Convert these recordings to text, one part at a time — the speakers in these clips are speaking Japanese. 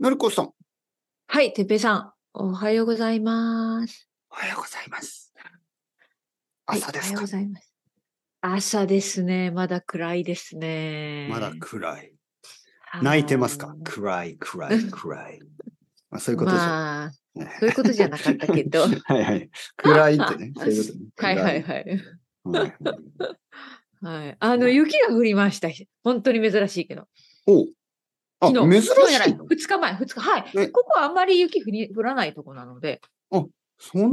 のりこさん、おはい、てっぺいさん、おはようございます。はようございます。はい朝ですおはようかご、ざいます。朝ですね。まだ暗いですね。まだ暗い。はい泣いてますか暗い、暗 い、暗い。まあ、そういうことでしょう。まあ、ねそういうことじゃなかった けど。はいはいはい。暗いってね。そういうことね。はいはい。暗い。はいはいはい、あの、雪が降りました。本当に珍しいけど。おうあ、昨日珍し昨日じゃないい。二日前、二日。はい。ねここはあんまり雪降り降らないとこなので。本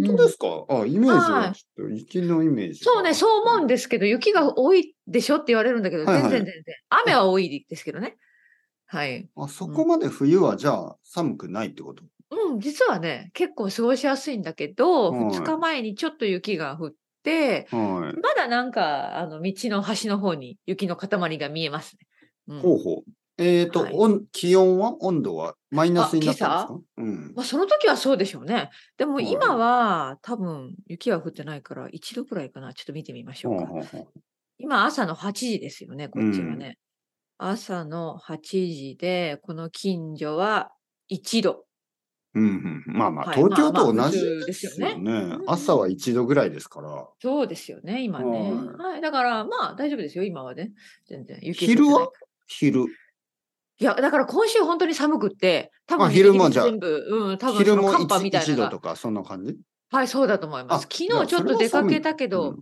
当ですか、あ、イメージはがいちょっと、雪のイメージが。そうね、そう思うんですけど、雪が多いでしょって言われるんだけど、はいはい全然全然。雨は多いですけどね。はい。あ、そこまで冬はじゃあ寒くないってこと、うん、実はね、結構過ごしやすいんだけど、はい2日前にちょっと雪が降って、はい。まだなんか、あの、道の端の方に雪の塊が見えますね。うんほうほう。えっ、と、はい温気温は温度はマイナスになったあんですかうん。まあ、その時はそうでしょうね。でもはい今は多分雪は降ってないから1度くらいかな。ちょっと見てみましょうか。ほうほうほ今朝の8時ですよね、こっちはね。朝の8時で、この近所は1度。ううんうん、まあまあ、はい東京とまあま同あじ普通でですよすねよね。んうん朝は1度ぐらいですから。そうですよね、今ね。ははい、だからまあ大丈夫ですよ、今はね。全然雪降って昼ないは昼。いや、だから今週本当に寒くって、多分あ昼もイギリスじゃあ全部、うん、多分昼そのも寒波み 1, たいなの度がとか、そんな感じはい、そうだと思います。昨日ちょっと出かけたけど、、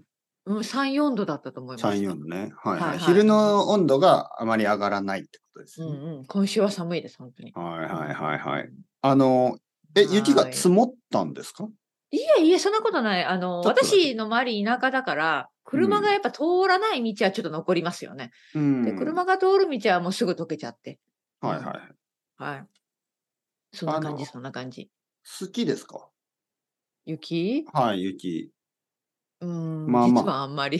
うん、3、4度だったと思いじまゃあす。それは寒いうん3、4度ね、はいはいはいはい昼の温度があまり上がらないってことですうね。んうん、今週は寒いです、本当に。はいはいはいはい。あの、え、雪が積もったんですかいえいえ、そんなことない。あの、ちょっとだけ私の周り田舎だから、車がやっぱ通らない道はちょっと残りますよね。うんで、車が通る道はもうすぐ溶けちゃって。はいはい。はい。そんな感あのじ、そんな感じ。好きですか雪はい、雪。うーん、まあまあ実はあんまり。い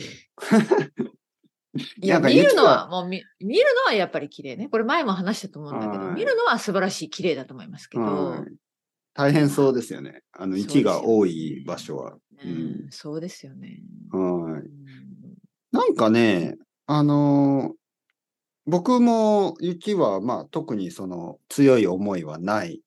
なや、んか見るの雪はは、もう見見るのはやっぱり綺麗ね。これ前も話したと思うんだけど、はい見るのは素晴らしい、綺麗だと思いますけどは、い大変そうですよね。あの、そうです雪よねが多い場所は。ううんん、そうですよね。はうい。んなんかね、あのー僕も雪は、まあ、特にその強い思いはない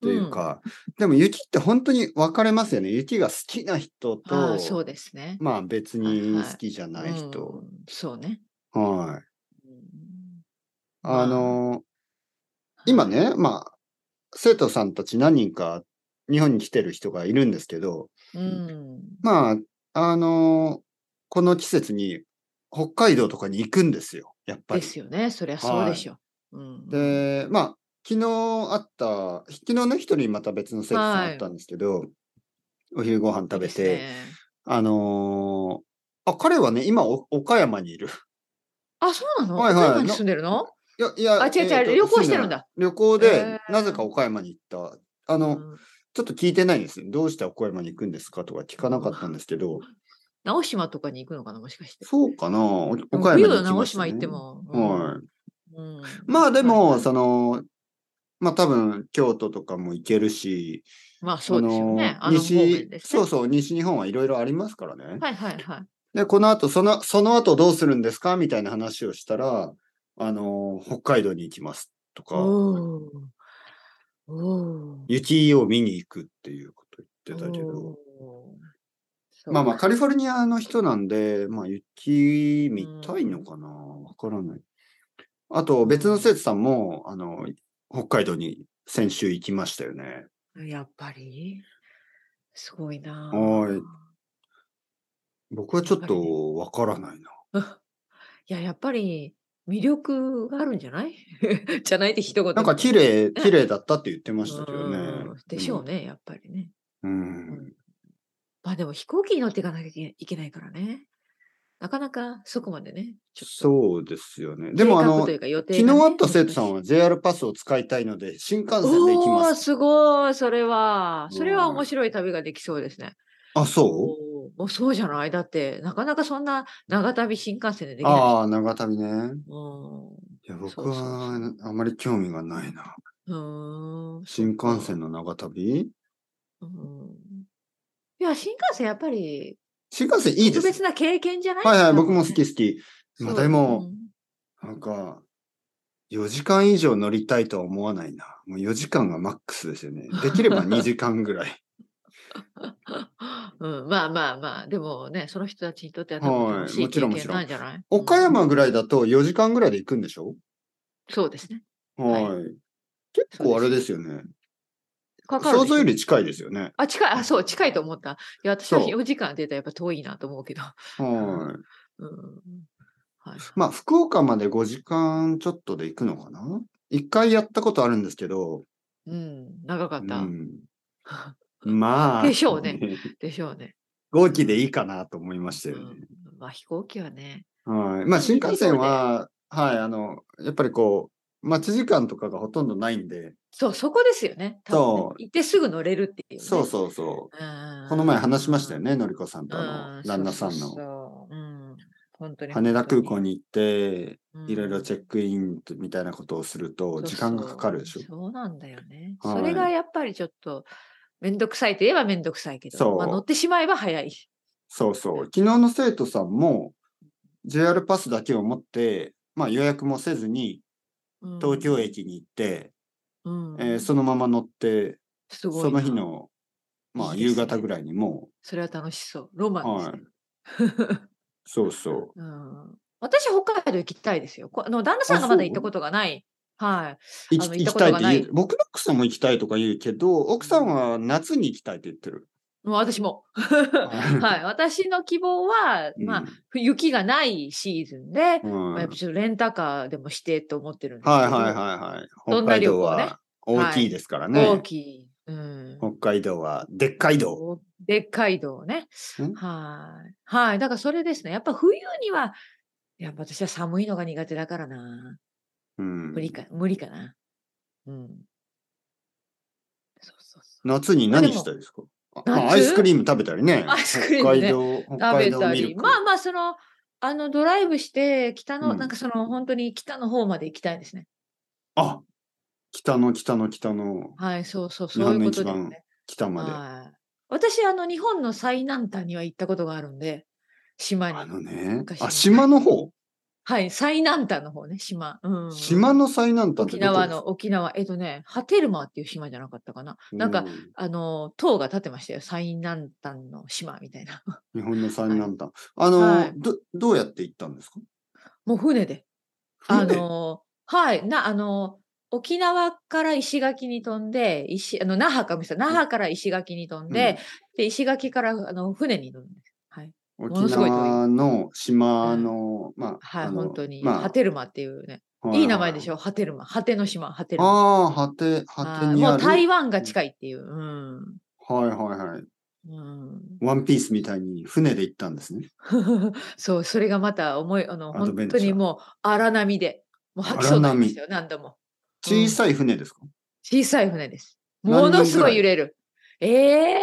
という、か、でも雪って本当に分かれますよね。雪が好きな人うんああと、そうですね。まあ別に好きじゃないうん人。そうね。はい。うんあのー今、はいね、まあ、生徒さんたち何人か日本に来てる人がいるんですけど、うん。まあ、あのーこの季節に北海道とかに行くんですよ、やっぱり。ですよね。そりゃそうでしょ。うんでまあ、昨日あった、昨日ね、一人また別の生徒さんあったんですけど、お昼ご飯食べて、いいですねあのーあ、彼はね、今お、岡山にい る。あ、そうなのはいはい岡山に住んでるのいや、いや、あ違う違うえーと旅行してるんだ。住でない旅行でへ、ーなぜか岡山に行った。あうの、んちょっと聞いてないんですよ。どうして岡山に行くんですかとか聞かなかったんですけど、直島とかに行くのかなもしかして。そうかなおでも岡山に冬行のきま直し島たね行っても。うんはい。うんまあではも、いその、まあ多分、京都とかも行けるし、まあそうですよね。ああのの方西面です、ね。そうそう、西日本はいろいろありますからね。はいはいはい。で、この後、その、その後どうするんですかみたいな話をしたら、あの、北海道に行きますとか、おお。おー雪を見に行くっていうこと言ってたけど、おー。まあまあ、カそうリフォルニアの人なんで、まあ、雪見たいのかなわからない。あと、別の生徒さんも、あの、北海道に先週行きましたよね。やっぱり、すごいなあ。はい僕はちょっやっぱりとわからないな。いや、やっぱり魅力があるんじゃない じゃないって一言。なんか綺麗、綺麗だったって言ってましたけどねうん。でしょうね、やっぱりね。うん。まあでも飛行機に乗っていかなきゃいけないからね。なかなかそこまでね。ちょっとそうですよね。でもあの、計画という昨か予定日がねあった生徒さん難しいは JR パスを使いたいので、新幹線で行きおおまーす。すごい、それは。それはうん面白い旅ができそうですね。あ、そおーおそうじゃないだって、なかなかそんな長旅新幹線ででうきないし。ああ、長旅ね。ういんや、そ僕うそうそうはあまり興味がないな。うーん。新幹線の長旅うんいや、新幹線やっぱり新幹線いいで特す別。な経験じゃないはいはい、多分僕も好ねき好き。まあそうでもう、んなんか、 4時間以上乗りたいとは思わないな。もう4時間がマックスですよね。できれば2時間 ぐらい。うん、まあまあまあ、でもね、その人たちにとっては多分楽はしいいもちろ経んもち験ろんなんじゃない岡山ぐらいだ。だと4時間ぐらいで行くんでしょそうですね。はい。は結構あれですよね。かかる想でしょ像より近いですよね。あ、近い、あ、そう、近いと思った。いや、私はそう4時間出たらやっぱ遠いなと思うけど。はい。うん。はい。まあ、福岡まで5時間ちょっとで行くのかな一回やったことあるんですけど、うん、長かうった。ん、まあ、でしょうね。 でしょうね。飛行機でいいかなと思いましたうよね。ん、まあ、飛行機はね。はい。まあ、新幹線は、はい、あの、やっぱりこう、待ち時間とかがほとんどないんで、そう、そこですよね。多分ねそう行ってすぐ乗れるっていう、ね。そうそうそう。うん。この前話しましたよね。ね、のりこさんとうあの、ん。旦那さんそうそうの。そううん。本当に羽田空港にに行って、いろいろチェッックインみたいなことをすると、時間がかかるでしょ。そうなんだよね。はいそれがやっぱりちょっと、めんどくさいといえばめんどくさいけそど、うまあ、乗ってしまえば早い。そうそう。昨日の生徒さんも、JR パスだけを持って、まあ予約もせずに、うん東京駅に行って、うんえーそのまま乗って、すごいそなの日の、まあいいです夕ね方ぐらいにもそれは楽しそう。ロう、マンですはねい。。そうそう。うん、私、北海道行きたいですよ。こあの旦那さんがまだ行ったことがない。はい。行あのき行行きったこたといっがてない言う。僕の奥さんも行きたいとか言うけど、奥さんは夏に行きたいって言ってる。もう私も。はい。私の希望は、まあ、雪がないシーズンで、うんまあやっぱちょっとレンタカーでもしてと思ってるんですけど。はいはいはいはい。ど北んな海旅道行ねは大きいですからね。大きい。うん。北海道はでっかい道。おでっかい道ねん。はい。はい。だからそれですね。やっぱ冬には、やっぱ私は寒いのが苦手だからな。うん無、理か、無理かな。うん。そうそうそう。夏に何したいですかあまあ夏アイスクリーム食べたりね。 アイスクリームね北海道、北食海べ道たミルり、ク。まあまあ、その、あの、ドライブして、北の、うんなんかその、本当に北の方まで行きたいですね。あ北の北の北のはい、そうそう、日そうい本うのこと一です番ね。北まで。はい。私、あの、日本の最南端には行ったことがあるんで、島あに。のね昔、のあ、島の方はい、最南端の方ね、島。うん、島の最南端って沖どこ縄ですかの、沖縄、えっとね、ハテルマっていう島じゃなかったかな。なんかう、あの、塔が建ってましたよ。最南端の島みたいな。日本の最南端。あの、はいど、どうやって行ったんですかもう船で。あ船での、はい、な、あの、沖縄から石垣に飛んで、石、あの、那覇か、ごめんなさい那覇から石垣に飛んで、で、石垣から、あの、船に乗るんです。はい。うんもの沖すごい遠い縄の島の、まあ、はい、あの本当に。まあハテルマっていうね。はいい名前でしょ。ょ、ハテルマ。ハテの島、ハテルマ。ああ、果て、果てはいにもあうる。台湾が近いっていう。うん。はいはいはい。うん、 ワンピースみたいに船で行ったんですね。そう、それがまた思い、あの、アドベン本チ当ャーにもう荒波で、もう吐きそうになりましたよ、何度も。小さい船ですか、小さい船です。何人ものすごぐらいい揺れる。え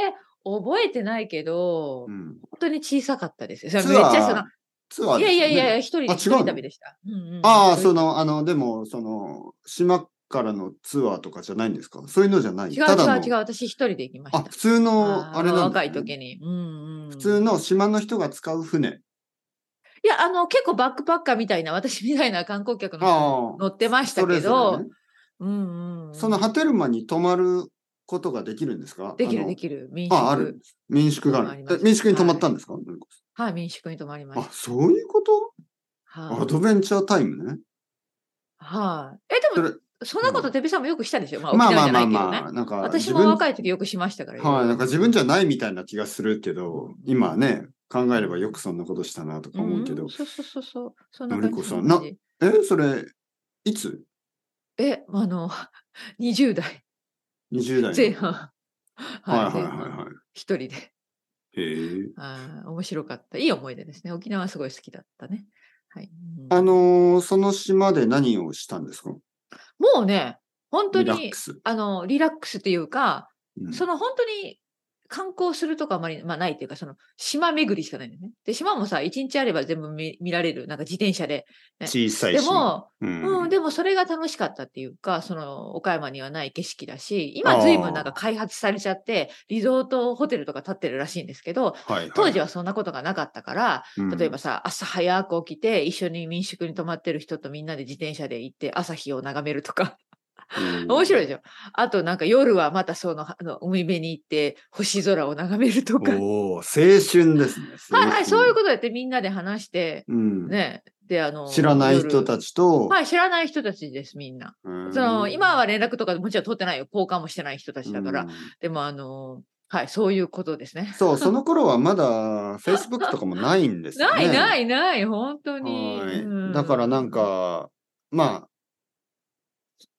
え覚えてないけど、うん、本当に小さかったですよ。そツアれーめっちゃその、ツアーいやいやいや、や。一人であ違うの一人旅でした。うんうんああ、一そ人の、あの、でも、その、島からのツアーとかじゃないんですかそういうのじゃない違ただのう違う違う、私一人で行きまあし、た普。通あの、ーあれなんだ、若い時に。うんうん、普通の島の人が使う船。いや、あの、結構バックパッカーみたいな、私みたいな観光客の人もああ。乗ってましたそれけぞれどね、うんうんうんそのハテルマに泊まることができるんですかできあるのできる。民宿。あ、あるんです。民宿がああるり。まえす民宿に泊まったんですか、はい、民宿に泊まりましあ、そういうことた。はいアドベンチャータイムね。はい。え、でそもれ、そんなこと、てびさんもよくしたでしょまあ、沖まあま縄じあゃまあないけどまね。あ、なんか私自も分、若い時よくしましたから。はい、なんか自分じゃゃないみたいな気がするけど、今はね、考えればよくそんなことしたなとか思うけど、そうそうそうそう。そんなのり感こじ。さんそな感じえ、それ、いつえ、あの、20代 ?20 代の。前半。はいはい。はい前はい半は一人で。い。へえ。あー面白かった。いい思い出ですね。沖縄すごい好きだったね。はい。うんあのーその島で何をしたんですかもうね、本当リラッにク、ス。あの、リラックスというか、うんその本当に観光するとかあまり、まあ、ないっていうか、その島巡りしかないんだよね。で、島もさ、一日あれば全部見見られる、なんか自転車で。小さいでしね、も、うんうん、でもそれが楽しかったっていうか、その岡山にはない景色だし、今随分なんか開発されちゃって、リゾートホテルとか建ってるらしいんですけど、はいはい当時はそんなことがなかったから、うん例えばさ、朝早く起きて、一緒に民宿に泊まってる人とみんなで自転車で行って、朝日を眺めるとか。うん面白いでしょ。あとなんか夜はまたそのあの海辺に行って星空を眺めるとか。おお、青春ですね。はいはい、そういうと。ことやってみんなで話して、うんね。で、あの、知らない人ち。たちと、はい、知らない人たちです、みんな。うんその、今は連絡とかもちろん取ってないよ。交換もしてない人たちだから。うんでも、あの、はい、そういうことですね。そう、その頃はまだ Facebook とかもないんですよ なね。いないない、本当に。はうい。だからなん、か、まあ、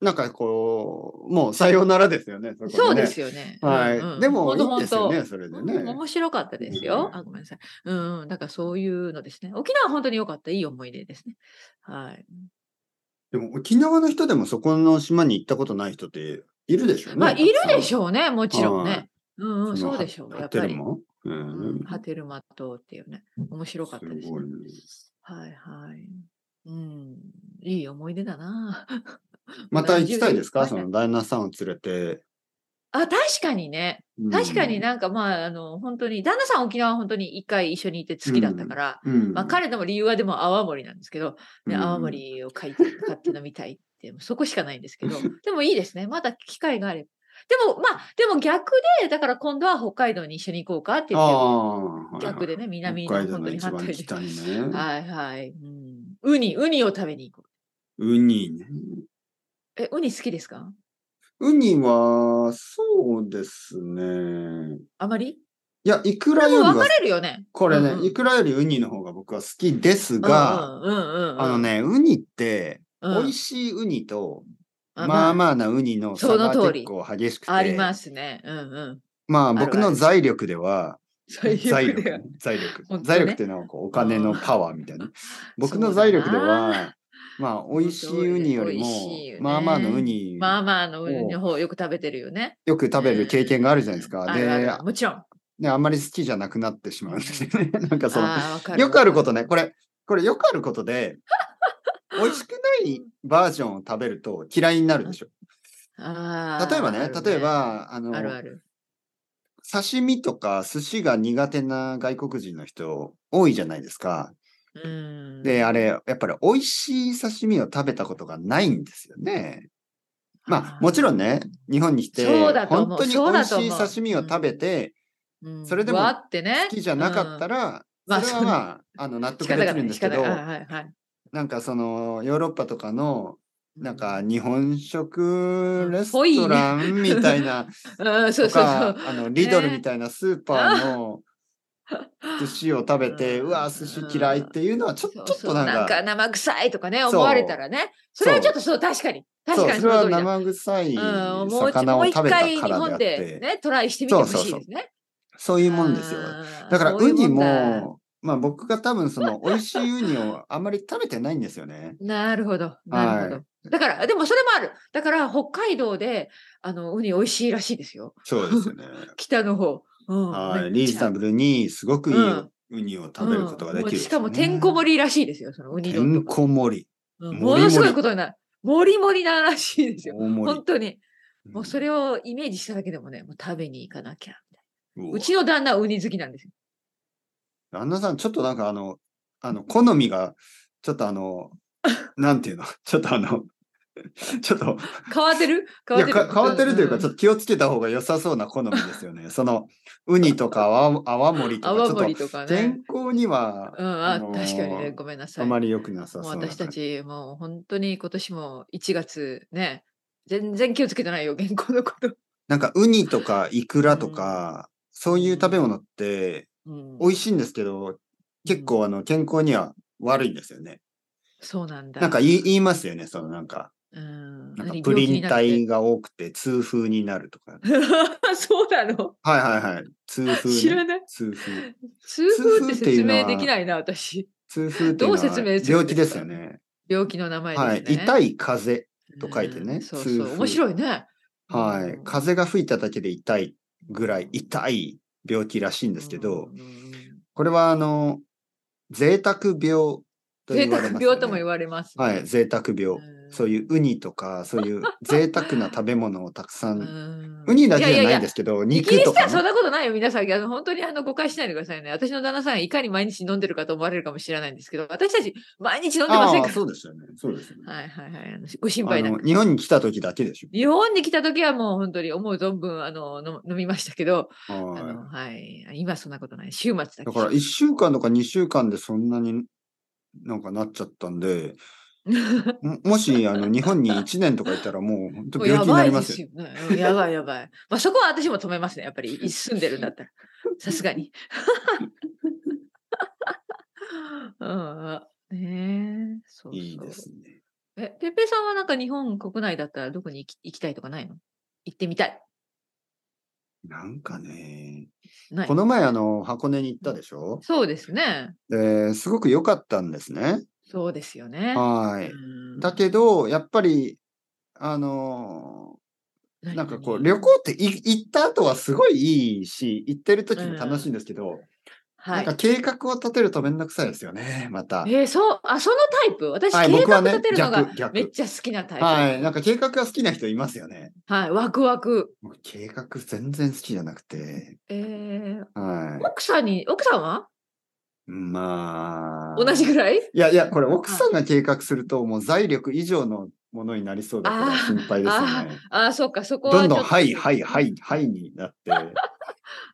なんかこう、もうさようならですよね。こねそうですよね。はい。うんうんでも、ほいんといですほよんとね、それでうんね。面白かったですよ。うんあ、ごめんなさい。うん、だからそういうのですね。沖縄は本当に良かった、いい思い出ですね。はい。でも、沖縄の人でもそこの島に行ったことない人っているでしょうね。まあ、いるでしょょうね、もちろんはねい。うん、うん、そうでしょう、やホっテぱルり。も。ううんん。ハテルマ島っていうね、面白かったですすごねい。ねはいはい。うん、いい思い出だな。 また行きたいですかはいその旦那さんを連れて。あ、確かにね。うん確かに。なんかまあ、あの、本当に、旦那さん沖縄は本当に一回一緒にいて好きだったから、うんまあ、彼の理由はでも泡盛なんですけど、ね、泡。盛を買いたい買って飲みたいって、そこしかないんで すけど、でもいいですね。まだ機会があれば。でも、まあ、でも逆で、だから今度は北海道に一緒に行こうかってうん言って、ああ。逆でね、南の北海道本当のに一反番対で。北にね。 はいはい、うん。ウニ、ウニを食べに行こう。ウニね。え、ウニ好きですかウニは、そうですね。あまりいや、イクでラもより分はか、れるよね。これうんうね、んイクラよりウニの方が僕は好きですが、うんうんうんうん、あのね、ウニって、う美ん、味しいウニと、あまああ、まあなウニの差がその通結り構激しくて。ありますね。うんうん。まあるある僕の財力では、そういう財こと力がね、財力。本当ね財力っていうのはこうお金のパワーみたいな。僕の財力では、まあ美味しいウニよりも美味しいよ、ねまあまあのウニ、まあまあのウニの方よく食べてるよね。よく食べる経験があるじゃないですか。あるあるで、もちろん。あね、あんまり好きじゃなくなってしまうんですよね。 なんかその、ーわか。よくあることとね、これ、これよくあることで、美味しくないバージョンを食べると嫌いになるでしょ。あー例えばあね、る例えば、あの、あるある。刺身とか寿司が苦手な外国人の人多いじゃないですか。うん。で、あれ、やっぱり美味しい刺身を食べたことがないんですよね。まあ、もちろんね、日本に来て、そうだと思本う当にそう美だ味と思しうい刺身を食べて、うん、それでもわーってね好きじゃなかったら、ら、まあそれはそうまあ、あの、納仕得方でがきなるんいです仕け方どが、ないはいはい。なんかその、ヨーロッパとかの、なんか日本食うんレストランみたい な、うん、そうとそうかそ、あの、リドルねみたいなスーパーの寿司を食べて、ううんわ、寿司嫌いっていうのはちょう。ちょっとなんそうそうか、生臭いとかね、そう思われたらね。それはちょっとそう、確かに。確そかう、にそそれのは通りだ。生臭いうんもう一魚もをう一食べた回日からであ本っでて、ね、トライしてみてほしそうそういそうですね。そういうもんですよ。あーだから、そうウいうニんだも、まあ僕が多分その、美味しいウニをあんまり食べてないんですよね。なるほど。なるほど。だから、でもそれもある。だから、北海道で、あの、ウニ美味しいらしいですよ。そうですよね。北の方。うん、はい。めリーっちズゃナブルに、すごくいいうんウニを食べることができるでうんもうすよしね、かも、てんこ盛りらしいですよ。そのウニて丼んとか。こ盛り。うんもりももりのすごいことになる。もりもりならしいですよ。大盛り本。当に。もうそれ、れをイメージしただけでもね、もう食べに行かなきゃ。うちの旦那はウニ好きなんですよ。旦那さん、ちょっとなんかあの、あの、好みが、ちょっとあ の、なんていうの、ちょっとあの、 ちょっと、変わってる変いや、わってかる変わってるというか、ちょっっと気をつけた方が良さそうな好みですよね。その、ウニとか泡泡盛とか、泡ちょっ盛とかと、ね天。候には、うん、あ、あのー確かにね。ごめんなさい。あまり良くなさもうそうな感私じ。たち、もう本当に今年も1月ね、全然気をつけてないよ、原稿のこと。なんか、ウニとか、イクラとか、そういう食べ物って、うん美味しいんですけど、結構、あの、健康には悪いんですよね。そうなんだ。なんか言い言いますよね、そのなんか。うなん、んか何プリン。体病が多くて痛風になるとか。気になって そうなのはいはいはい。痛風、ね。 知らない。痛風。痛痛風って風ってい説うのは明できないな、私。痛風っていうのはどう説明する病ん気ですかですよね。病気の名前はい。ですね。痛いい風と書いてねそう痛そう。風面白いね。はういん。風が吹いただけで痛いっぐらい痛い病気らしいんですけど、うんうんうんこれはあの、贅沢病と贅言わ沢れます、ね。病とも言わわれます、はい、贅沢病。そういいうウニとか、そういう贅沢な食べ物をたくさ、うんん。。ウニだけじゃないんですすけど、イギ肉リとスでかはね、そんなことないよ、皆さん。あの本当にあの誤解しないでくださいね。私の旦那さん、いかに毎日飲んでるかと思われるかもしれないんですけど、私たち、毎日飲んでませんあかあ、そうですよね。そうですよね。ら。はいはいはいあの。ご心配あなのく。日本に来た時だけでし日本に来た時はもう本当に思う存分あのの飲みましたけょ。ど、あはいのはい、今そんなことない。週末だけ。だから1週間とか2週間でそんなになんかなっちゃったんで、ももしあの日本に1年とかいたらもう本当 もうや病気になばりいまですすよ。よね。うんやばいやばい。まあそこは私も止めますね。やっぱりい住んでるんだったら。さす がに。 うんねえそうそういいですね。え、てっぺいさんはなんか日本国内だったらどこに行き行きたいとかないの行ってみたい。なんかね、ないこの前あの箱根に行ったでしょそうですね。ですごく良かったんですね。そうですよね。はい。うんだけど、やっぱり、あのー何なんかこう、何旅行ってい行った後はすごいいいし、行ってる時も楽しいんですけど、はないんか。計画を立てるとめんどくさいですよね、また。えーそう、あ、そのタイプ私、はい計僕は画ね立てるのが逆逆めっちゃ好きなタイプ。はい。なんか計画が好きな人いますよね。はい、ワクワク。もう計画全然好きじゃなくて、えー、は。奥さんに、奥さんはいまあ。同じぐらいいやいや、これ奥さんが計画すると、もう財力以上のものになりそうだからあー心配ですよね。ああ、そうか、そこはどんどん、ちょっとはい、はい、はい、はいになって。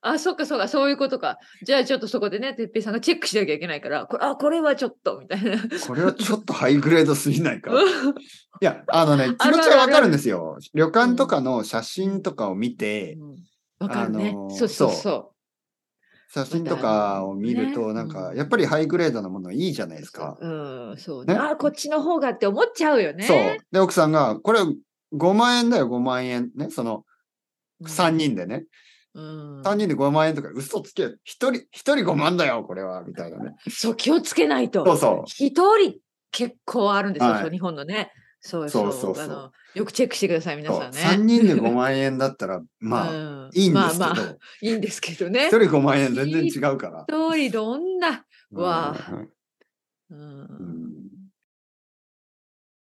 あ、そうか、そうか、そういうことか。じゃあ、ちょっとそこでね、てっぺいさんがチェックしなきゃいけないから、これあ、これはちょっと、みたいな。これはちょっとハイグレードすぎないか。いうんや、あのね、気あ持るあちるはわかるんですよ。旅館とかの写真とかを見て、わかるね。あのーそうそうそう。写真とかを見ると、ねなんか、うんやっぱりハイグレードなものいいじゃないですか。うん、そうね。ねあ、こっちの方がって思っちゃうよね。そう。で、奥さんが、これ5万円だよ、5万円。ね、その、うん3。人でね。うん、 3人で5万円とか、嘘つけ。1人、1人5万だよ、これは、みたいなね。そう、気をつけないと。そうそ一人結構あるんですよ、はいそう日本のね。そうそそううそうそうあの。よくチェックしてください、う。皆そうさんね。 3人で5万円だ ったら、まあ、うんいいんですけど、まあまあ、いいんですけど1ね。人5万円全然違うから。一人どんな、わあうんう、うんん